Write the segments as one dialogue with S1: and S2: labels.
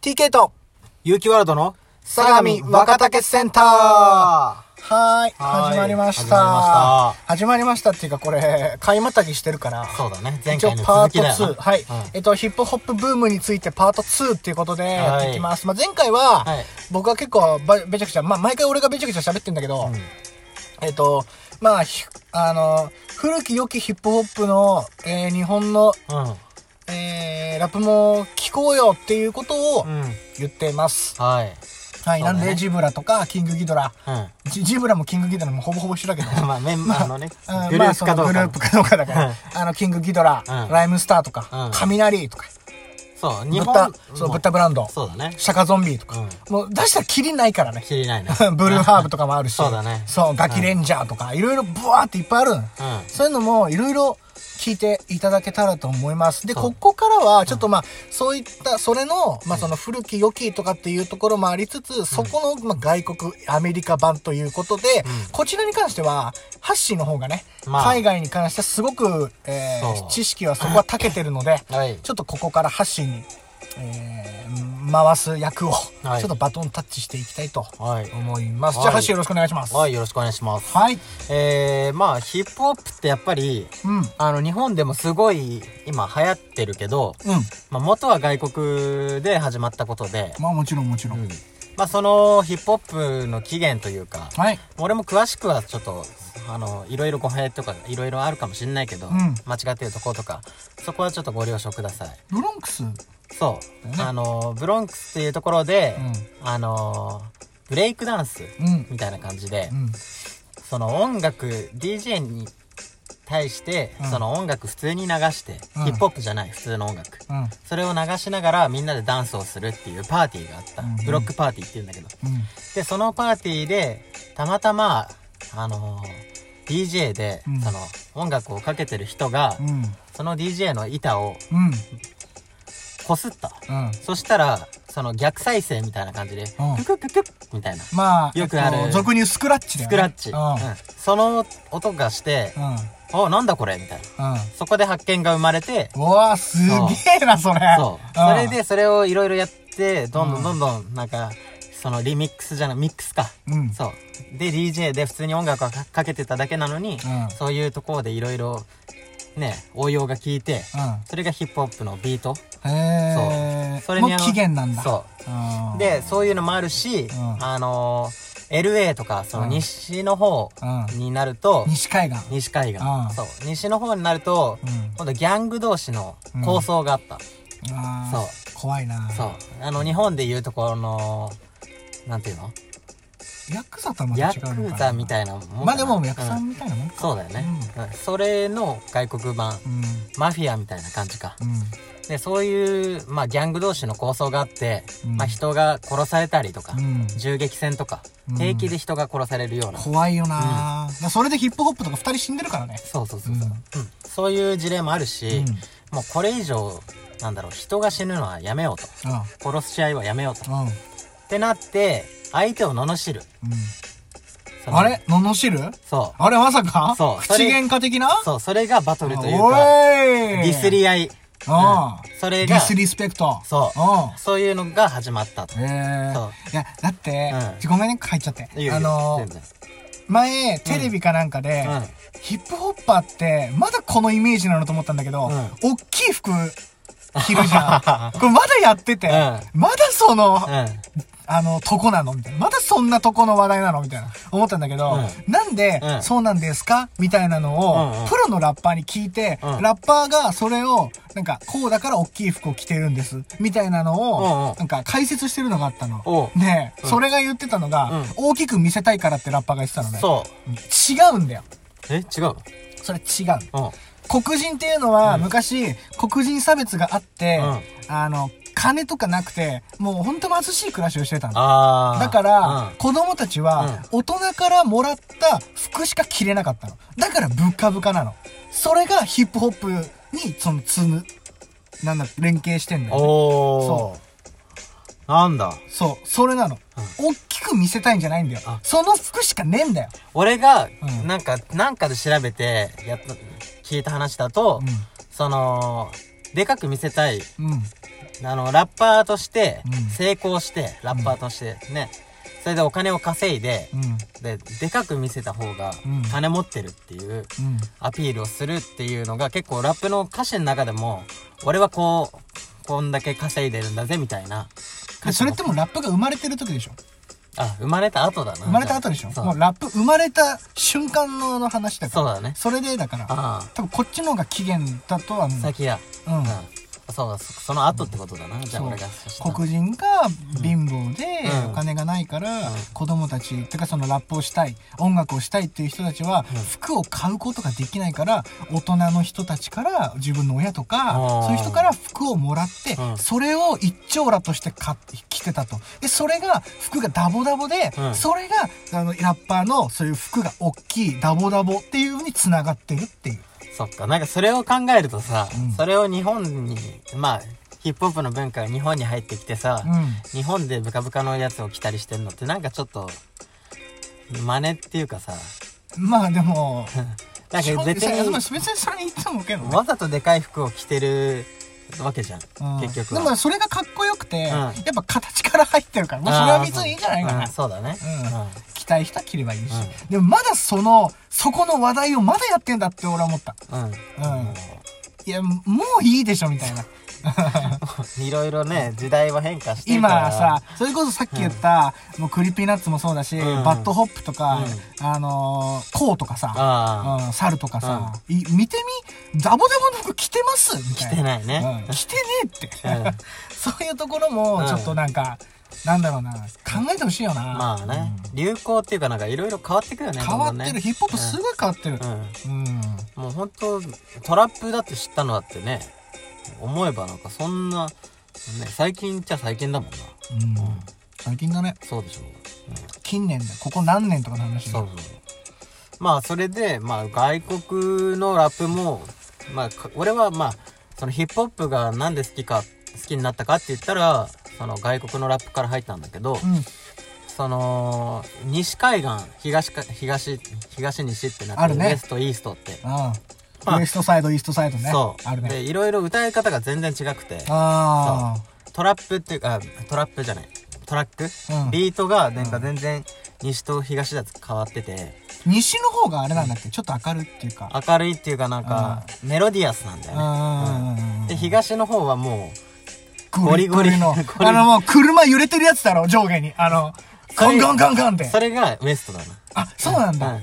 S1: TK と
S2: 有機ワールドの
S1: 相模若竹センターはーい
S2: はー
S1: 始
S2: い
S1: まりました
S2: 始まりまし
S1: 始まりましたっていうかこれ買いまたぎしてるから
S2: そうだね。前
S1: 一応
S2: 回の
S1: パー
S2: 続き
S1: ト
S2: だよ
S1: 2、
S2: な。
S1: はい、
S2: うん
S1: えっと、ヒップホップブームについてパート2っていうことでやっていきます。まあ、前回は、
S2: はい
S1: 僕は結構ばべちゃくちゃ、まあ、毎回俺がべちゃくちゃ喋ってんだけど、えっと、まあ、ひあの、古き良きヒップホップの、えー日本の、
S2: うん。
S1: えーラップも聞こうよっていうことを
S2: うん。
S1: 言ってます。
S2: はい。
S1: はい、
S2: そ
S1: な
S2: うだね
S1: んで、ジブラとか、キングギドラ、
S2: う
S1: ジジブラもキングギドラもほぼほぼ一緒だけど、
S2: ん。 まあ、メンバーのね
S1: あ、
S2: グル
S1: まあ
S2: ー
S1: そ
S2: プ
S1: の
S2: かどう
S1: グルー
S2: か
S1: プ。かどうかだから、あの、キングギドラ、
S2: うん
S1: ライムスターとか、
S2: うん
S1: 雷とか、
S2: そう、日
S1: ブ
S2: 本
S1: タ、そう、ブッダブランド、
S2: そうだ ね。
S1: シャカゾンビーとか、
S2: う
S1: もう出したらキリないからね。。
S2: 知りないね
S1: ブルーハーブとかもあるし、
S2: そうだね
S1: そうガキレンジャーとか、いろいろブワーっていっぱいあるのよ、
S2: うん
S1: そういうのもいろいろ聞いていただけたらと思います。で、
S2: そう
S1: ここからは、ちょっとまあ、そういった、それの、まあその古き良きとかっていうところもありつつ、そこの、まあ外国、アメリカ版ということで、こちらに関しては、ハッシーの方がね、
S2: まあ
S1: 海外に関してすごく、えー
S2: そう
S1: 知識はそこは長けてるので、
S2: はい
S1: ちょっとここからハッシーに、えー回す役を、
S2: はい
S1: ちょっとバトンタッチしていきたいと
S2: はい
S1: 思います。
S2: はい
S1: じゃあ、ハッシーよろしくお願いします。
S2: はい、よろしくお願いします。
S1: はい。
S2: えー、まあ、ヒップホップってやっぱり、
S1: うん。うん。
S2: あの、日本でもすごい今流行ってるけど、まあ、元は外国で始まったことで、
S1: まあもちろんもちろ
S2: うん
S1: ん。
S2: まあ、そのヒップホップの起源というか、
S1: はい。
S2: 俺も詳しくはちょっとあのいろいろ語弊とかいろいろあるかもしれないけど、
S1: うん
S2: 間違ってるとことかそこはちょっとご了承ください
S1: ブロンクス
S2: そう、
S1: だよね
S2: あのブロンクスっていうところで、あのブレイクダンス
S1: うん
S2: みたいな感じで、
S1: うん。
S2: その音楽 DJ に対して、
S1: うん
S2: その音楽普通に流して、
S1: うん
S2: ヒップホップじゃない普通の音楽
S1: うん。
S2: それを流しながらみんなでダンスをするっていうパーティーがあった、
S1: うん
S2: ブロックパーティーっていうんだけど
S1: うん。
S2: でそのパーティーでたまたまあのー DJ で、
S1: うん
S2: その音楽をかけてる人が、
S1: うん。
S2: その DJ の板を
S1: うん。
S2: こすった
S1: うん。
S2: そしたらその逆再生みたいな感じで、
S1: うん
S2: クククククみたいなス
S1: まあ、
S2: よくある
S1: えっと俗に言うスクラッチだよ
S2: ク
S1: ね。
S2: ラッチ、
S1: うん。
S2: うんその音がして
S1: うん。
S2: 「おなんだこれ」みたいな
S1: うん。
S2: そこで発見が生まれて
S1: うわあすげえな、それ。
S2: そう
S1: うん
S2: それ、でそれをいろいろやってどんどんどんどんなんかそのリミックスじゃないミックスか
S1: うん。
S2: そう。で、DJ で普通に音楽をかかけてただけなのに、
S1: うん
S2: そういうところでいろいろ、ね、応用が効いて、それがヒップホップのビート。
S1: うん。へえ。
S2: そう。それに
S1: も
S2: あ
S1: う
S2: の
S1: 期限なんだ。
S2: そうう。
S1: ん。
S2: で、そういうのもあるし、
S1: ん
S2: あのー LA とか、その
S1: うん
S2: 西の方
S1: うん
S2: になると、
S1: 西海岸。
S2: 西海岸、
S1: うん
S2: そう。西の方になると、
S1: うん
S2: 今度ギャング同士の抗争があった。
S1: ああ。怖いな。
S2: そう。あの、日本でいうところの、なんていうの
S1: ヤクザとはまた
S2: ヤ
S1: 違
S2: ク
S1: うのかな。
S2: ザみたいなもんかな
S1: まあでも、ヤク
S2: う
S1: ザ
S2: ん
S1: みたいなもんか。
S2: そうだよね、うんそれの外国版
S1: うん。
S2: マフィアみたいな感じか
S1: うん。
S2: でそういう、まあ、ギャング同士の抗争があって、
S1: うん
S2: まあ、人が殺されたりとか、
S1: うん
S2: 銃撃戦とか、
S1: うん
S2: 平気で人が殺されるような、
S1: 怖いよな、だからそれでヒップホップとか2人死んでるからね
S2: そうそうそうそ
S1: う
S2: う、
S1: ん
S2: うんそういう事例もあるし、
S1: うん
S2: もうこれ以上なんだろう人が死ぬのはやめようと
S1: う
S2: 殺し合いはやめようと、っ
S1: んうん
S2: てなって相手を罵るその
S1: あれ罵る
S2: そう
S1: あれまさか
S2: そうそ
S1: 口
S2: れ
S1: 喧嘩的な
S2: そうそれがバトルという
S1: お
S2: か
S1: い
S2: ディスり合い、
S1: うん
S2: うんそれ
S1: デ
S2: が
S1: ィスリスペクト
S2: そう
S1: うん
S2: そういうのが始まったと。
S1: ええ
S2: そう
S1: いやだって、
S2: うん
S1: ごめんね入っちゃって
S2: いいよ
S1: あの
S2: いいよ全然
S1: 前テレビかなんかで、
S2: う
S1: ヒップホッパーってまだこのイメージなのと思ったんだけど、
S2: うん
S1: おっきい服着るじ ゃんこれまだやってて、
S2: う
S1: まだその、
S2: う
S1: あの、とこなのみたいな。まだそんなとこの話題なのみたいな。思ったんだけど、
S2: う
S1: なんで、
S2: うん
S1: そうなんですかみたいなのを、
S2: うんうん
S1: プロのラッパーに聞いて、
S2: うん
S1: ラッパーがそれを、なんか、こうだから大きい服を着てるんです。みたいなのを、
S2: うんうん
S1: なんか解説してるのがあったの。
S2: おう
S1: ねえ、それが言ってたのが、
S2: うん
S1: 大きく見せたいからってラッパーが言ってたのね
S2: ん。。そ
S1: 違うんだよ。
S2: う。え違う
S1: それ違う。
S2: うん。
S1: 黒人っていうのは昔、黒人差別があって、あの、金とかなくて、もうほんと貧しい暮らしをしてたの。
S2: あー
S1: だから、子供たちは、大人からもらった服しか着れなかったの。だから、ぶっかぶかなの。それがヒップホップに、その、つむ、なんだ、連携してんだ
S2: うん、
S1: よね。
S2: おー。。
S1: そう
S2: なんだ。
S1: そう、それなの。大きく見せたいんじゃないんだよ
S2: あ。
S1: その服しかねえんだよ。
S2: 俺が、
S1: うん
S2: なんか、なんかで調べて、やっと、聞いた話だと、
S1: うん
S2: その、でかく見せたい
S1: うん。
S2: あの、ラッパーとして
S1: うん、
S2: 成功して、ラッパーとしてね、それでお金を稼いで、
S1: うん。
S2: で、でかく見せた方が
S1: うん、
S2: 金持ってるっていう、
S1: うん。
S2: アピールをするっていうのが結構ラップの歌詞の中でも、俺はこう、こんだけ稼いでるんだぜみたいな
S1: で
S2: 歌詞
S1: そ
S2: も。
S1: れってもうラップが生まれてる時でしょ
S2: あ、生まれた後だな。
S1: 生まれた後でしょ
S2: そ
S1: もう
S2: う。
S1: ラップ生まれた瞬間のの話だか
S2: そう
S1: ら。
S2: だね。
S1: それでだから、
S2: あ
S1: 多分こっちの方が起源だとは
S2: あ、
S1: 思う。
S2: 先や。
S1: う
S2: うんん。。そうだ、そその後ってことだな。じゃあ
S1: そう
S2: 俺が。
S1: 黒人が貧乏で
S2: う
S1: お
S2: ん
S1: 金がないから
S2: うん
S1: 子供たちてかそのラップをしたい音楽をしたいっていう人たちは
S2: うん
S1: 服を買うことができないから大人の人たちから自分の親と
S2: あ
S1: か
S2: ー
S1: そういう人から服をもらって
S2: うん
S1: それを一丁羅として買って着てたとでそれが服がダボダボで
S2: うん
S1: それがあのラッパーのそういう服が大きいダボダボっていう風につながってるっていう
S2: そっか。なんかそれを考えるとさ、
S1: うん
S2: それを日本に、まあ、ヒップホップの文化が日本に入ってきてさ、
S1: うん
S2: 日本でブカブカのやつを着たりしてんのってなんかちょっと、真似っていうかさ、
S1: まあでも
S2: なんか絶対に、
S1: 別にそれに言ってもけどね
S2: わざとでかい服を着てるわけじゃん、
S1: うん
S2: 結局
S1: で
S2: は
S1: もそれがかっこよくて、
S2: ん
S1: やっぱ形から入ってるから、まあ、それは別にいいんじゃないか
S2: あー
S1: な
S2: そうだね
S1: 着たい人は着ればいいし、
S2: う
S1: でもまだそのそこの話題をまだやってんだって俺は思った
S2: うんう
S1: う
S2: ん、
S1: ん
S2: も
S1: いやもういいでしょみたいな
S2: ういろいろね時代は変化してるから
S1: 今さそれこそさっき言った、もうクリーピーナッツもそうだし、
S2: うん
S1: バッドホップとか、あのー、コウとかさ、
S2: あ
S1: うん、猿とかさ、い見てみダボダボの服着てますみ
S2: あ
S1: た
S2: 着
S1: いな
S2: てないね、
S1: うん、着てねえって
S2: うん
S1: そういうところも、ちょっとなんか、なんだろうな、考えてほしいよな。
S2: まあね、流行っていうかなんかいろいろ変わってくよね
S1: 変わってる、
S2: どんどんね
S1: ヒップホップすごい変わってる。うん。
S2: うん、もう本当トラップだって知ったのだってね思えばなんかそんな、ね、最近っちゃ最近だもんな
S1: うん。最近だね。
S2: そうでしょ
S1: 近年だ。ここ何年とかの話だ
S2: そう。そうまあそれで、まあ、外国のラップも、まあ、か俺はまあそのヒップホップがなんで好きか好きになったかって言ったらその外国のラップから入ったんだけど、
S1: うん。
S2: その西海岸東か東東西ってなって
S1: あるね
S2: ウエストイーストって、
S1: ああ。
S2: まあ
S1: ウエストサイド、イーストサイドね。
S2: そう
S1: あるね。
S2: でいろいろ歌い方が全然違くて
S1: あ
S2: トラップっていうかあトラップじゃないトラック、
S1: うん
S2: ビートがなんか全然西と東だと変わってて、
S1: あ。西の方があれなんだっけちょっと明るいっていうか。
S2: 明るいっていうかなんかメロディアスなんだ
S1: う
S2: よ
S1: ん
S2: ね、
S1: うんうんうん
S2: で東の方はも
S1: ゴリゴリの
S2: ゴリゴ。リ
S1: あのもう車揺れてるやつだろ、上下に。あの、
S2: そ
S1: ガン
S2: れ
S1: ガンガンガンっ
S2: う
S1: て。
S2: それがウエストだな
S1: あ、そうなんだ。
S2: うん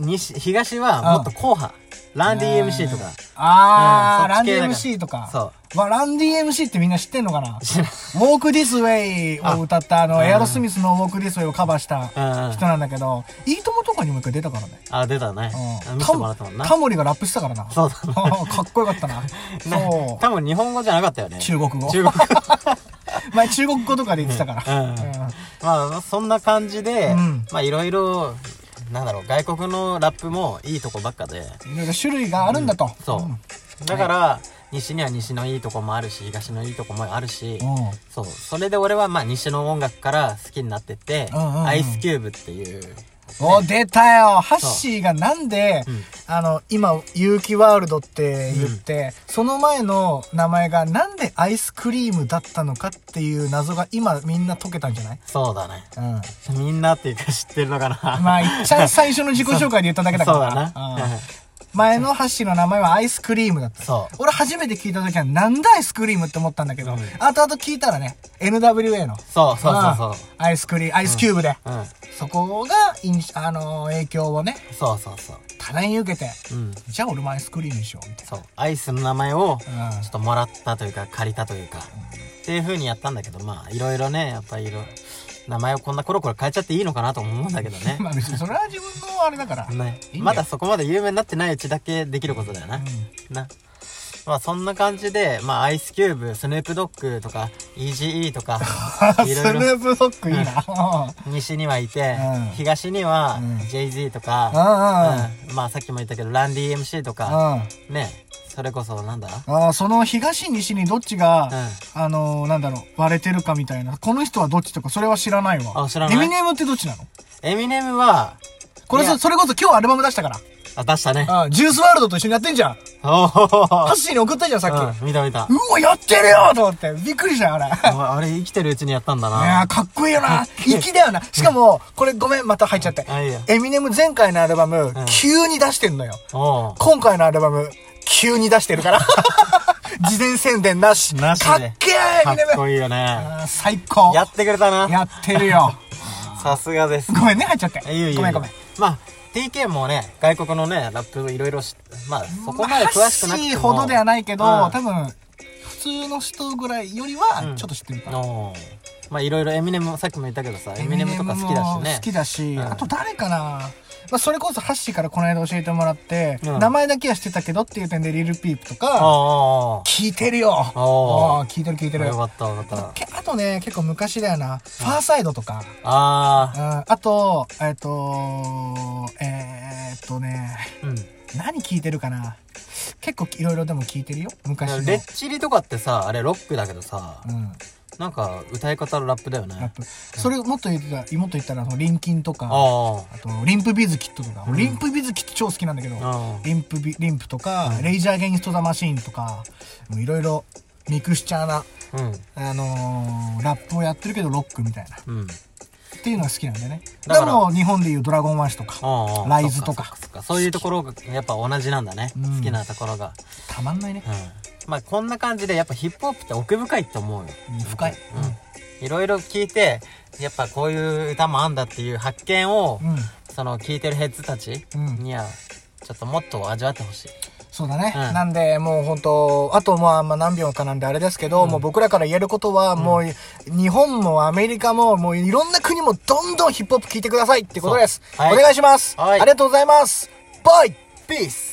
S2: 西東はもっと後派ランディ MC とか
S1: あー、ラ
S2: う
S1: ン
S2: ん
S1: ディ
S2: そっち
S1: MC とか。
S2: そ
S1: まあ、ランディ MC ってみんな知ってんのかな
S2: 知ら
S1: ?Walk This Way を歌ったあの、
S2: あ
S1: エアロスミスの Walk This Way をカバーした
S2: うんうん
S1: 人なんだけど、いいともとかにも一回出たからね。
S2: あ出たね
S1: うん
S2: 見せてもらったもんな
S1: タモリがラップしてたからな。
S2: そうだ
S1: かっこよかった な。そ
S2: 多分日本語じゃなかったよね
S1: う。中国語。
S2: 中国 語
S1: 前中国語とかで言ってたか
S2: う
S1: ら。
S2: んまあそんな感じで
S1: うん
S2: まあいろいろなんだろう外国のラップもいいとこばっかで
S1: いろいろ種類があるんだと。
S2: そうだから、西には西のいいとこもあるし東のいいとこもあるし、
S1: うん。うん
S2: そうそれで俺はまあ西の音楽から好きになってって、
S1: うんうんうん
S2: アイスキューブっていう
S1: お、出たよハッシーがなんで、
S2: うん
S1: あの、今、有機ワールドって言って、その前の名前がなんでアイスクリームだったのかっていう謎が今みんな解けたんじゃない
S2: そうだね
S1: うん。
S2: みんなっていうか知ってるのかな、
S1: まあ、いっちゃん最初の自己紹介で言っただけだから。
S2: そうだな、
S1: うん前のハッシーの名前はアイスクリームだった。
S2: そう
S1: 俺初めて聞いた時はなんだアイスクリームって思ったんだけど、
S2: うん
S1: 後々聞いたらね、NWA の。
S2: そうそうそうそ
S1: アイスクリーム、アイスキューブで。
S2: ううん
S1: そこがイン、あの、影響をね、
S2: そうそうそ
S1: 多大に受けて、
S2: ううん
S1: じゃあ俺もアイスクリームにしようみたい
S2: そうアイスの名前をちょ
S1: な。うん
S2: っともらったというか借りたというか、っていう風にやったんだけどまあいろいろねやっぱりいろ名前をこんなコロコロ変えちゃっていいのかなとも思うんだけどね
S1: まあ別にそれは自分のあれだから。い
S2: ね
S1: いんだよ、
S2: まだそこまで有名になってないうちだけできることだよな、な。まあそんな感じで、まあアイスキューブ、スヌープドッグとか、イージーイーとか い
S1: スヌ
S2: ろいろ
S1: ープドッグいいな。
S2: 西にはいて
S1: うん、
S2: 東には
S1: うん
S2: JZ と
S1: うんう
S2: か、
S1: んうん
S2: うんまあさっきも言ったけど、ランディ MC とか、
S1: うん。
S2: ね、それこそなんだ
S1: ああ、その東西にどっちが、
S2: う
S1: あのー、なんだろう、割れてるかみたいな。この人はどっちとか、それは知らないわ。
S2: あ知らない
S1: エミネムってどっちなの
S2: エミネムは、
S1: これ
S2: いや
S1: そ、それこそ今日アルバム出したから。
S2: あ、出したね。
S1: あジュースワールドと一緒にやってんじゃん。
S2: お
S1: ハ
S2: ー
S1: ッシーに送ったじゃん、さっき。
S2: うん、見た見た。
S1: うわ、やってるよと思って。びっくりしたよ、あれ。
S2: お前あれ、生きてるうちにやったんだ
S1: いや
S2: な
S1: ー。かっこいいよな。粋だよな。しかも、これごめん、また入っちゃって
S2: あいいよ。
S1: エミネム前回のアルバム、急に出してんのよ。
S2: おう
S1: 今回のアルバム、急に出して るから。事前宣伝なし。
S2: なしで
S1: かっけー
S2: か
S1: エミ
S2: っ
S1: ネム
S2: こいいよね。
S1: あー最高。
S2: やってくれたな。
S1: やってるよ。
S2: さすがです。
S1: ごめんね、入っちゃって
S2: いいよいい。よ
S1: ごめんごめん。。
S2: まあ、TK もね、外国のね、ラップいろいろし、まあ、そこまで詳しくなくても。
S1: いほどではないけど、
S2: うん
S1: 多分、普通の人ぐらいよりは、ちょっと知ってるかな。
S2: おーまあいろいろエミネムさっきも言ったけどさエミネムとか好きだ
S1: エ
S2: し
S1: ミネムも
S2: ね
S1: 好きだし、
S2: うん
S1: あと誰かな、まあ、それこそハッシーからこの間教えてもらって、
S2: うん
S1: 名前だけは知ってたけどっていう点でリルピープとか、
S2: あ
S1: 聞いてるよ。
S2: おー
S1: あー聞いてる聞いて
S2: あ
S1: る
S2: よ。かったよかった
S1: けあとね、結構昔だよな。ファーサイドとか。
S2: あ
S1: うん、あと、えっ、と、えー、っとね、
S2: ーうん
S1: 何聞いてるかな結構いろいろでも聞いてるよ。昔の。
S2: レッチリとかってさあれロックだけどさ
S1: うん。
S2: なんか歌い方のラップだよ
S1: ラッ
S2: ね
S1: プ。それをもっと言ったら、もっと言ったら、そのリンキンとか。
S2: あ
S1: あと、リンプビズキットとか、リンプビズキット超好きなんだけど、
S2: あ
S1: リンプビ、リンプとか、レイジャーゲインストザマシーンとか、もういろいろミクスチャーな、
S2: あうん
S1: あのーラップをやってるけどロックみたいな、っ
S2: うん
S1: ていうのが好きなんだよね。
S2: だか
S1: で
S2: ら
S1: も、日本でいうドラゴンワーシとか、
S2: ああ
S1: ライズとか
S2: そっそっそっそういうところがやっぱ同じなんだね
S1: うん
S2: 好きなところが
S1: たまんないね
S2: う。んまあこんな感じでやっぱヒップホップって奥深いと思うよ
S1: うん深い。
S2: うんいろいろ聞いてやっぱこういう歌もあんだっていう発見を
S1: うん。うん。
S2: その聞いてるヘッズたちにはちょっともっと味わってほしい、
S1: そうだね。
S2: うん
S1: なんで、もう本当あとまあ、まあ何秒かなんであれですけど、もう僕らから言えることは、もう、日本もアメリカも、もういろんな国もどんどんヒップホップ聞いてくださいってことです。
S2: そうはい
S1: お願いします。
S2: はい
S1: ありがとうございます。バイピース